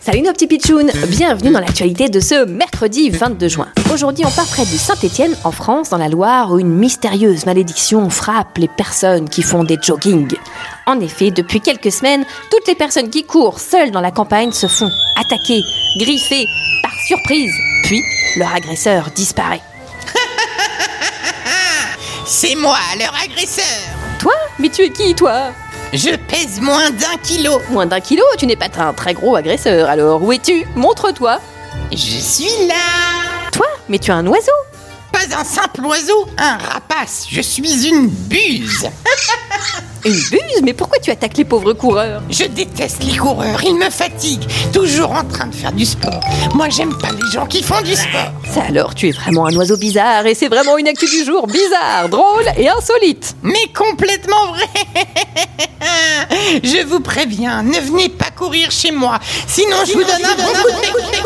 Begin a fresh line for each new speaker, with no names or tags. Salut nos petits pitchouns Bienvenue dans l'actualité de ce mercredi 22 juin. Aujourd'hui, on part près de Saint-Étienne, en France, dans la Loire, où une mystérieuse malédiction frappe les personnes qui font des jogging. En effet, depuis quelques semaines, toutes les personnes qui courent seules dans la campagne se font attaquer, griffer, par surprise. Puis, leur agresseur disparaît.
C'est moi, leur agresseur.
Toi Mais tu es qui, toi
Je pèse moins d'un kilo.
Moins d'un kilo, tu n'es pas un très gros agresseur, alors où es-tu Montre-toi
Je suis là.
Toi Mais tu es un oiseau
Pas un simple oiseau, un rapace. Je suis une buse.
Une buse Mais pourquoi tu attaques les pauvres coureurs
Je déteste les coureurs, ils me fatiguent. Toujours en train de faire du sport. Moi, j'aime pas les gens qui font du sport.
Ça alors, tu es vraiment un oiseau bizarre, et c'est vraiment une actu du jour bizarre, drôle et insolite
Mais complètement vrai. Je vous préviens, ne venez pas courir chez moi. Sinon, je vous donne un bon coup de-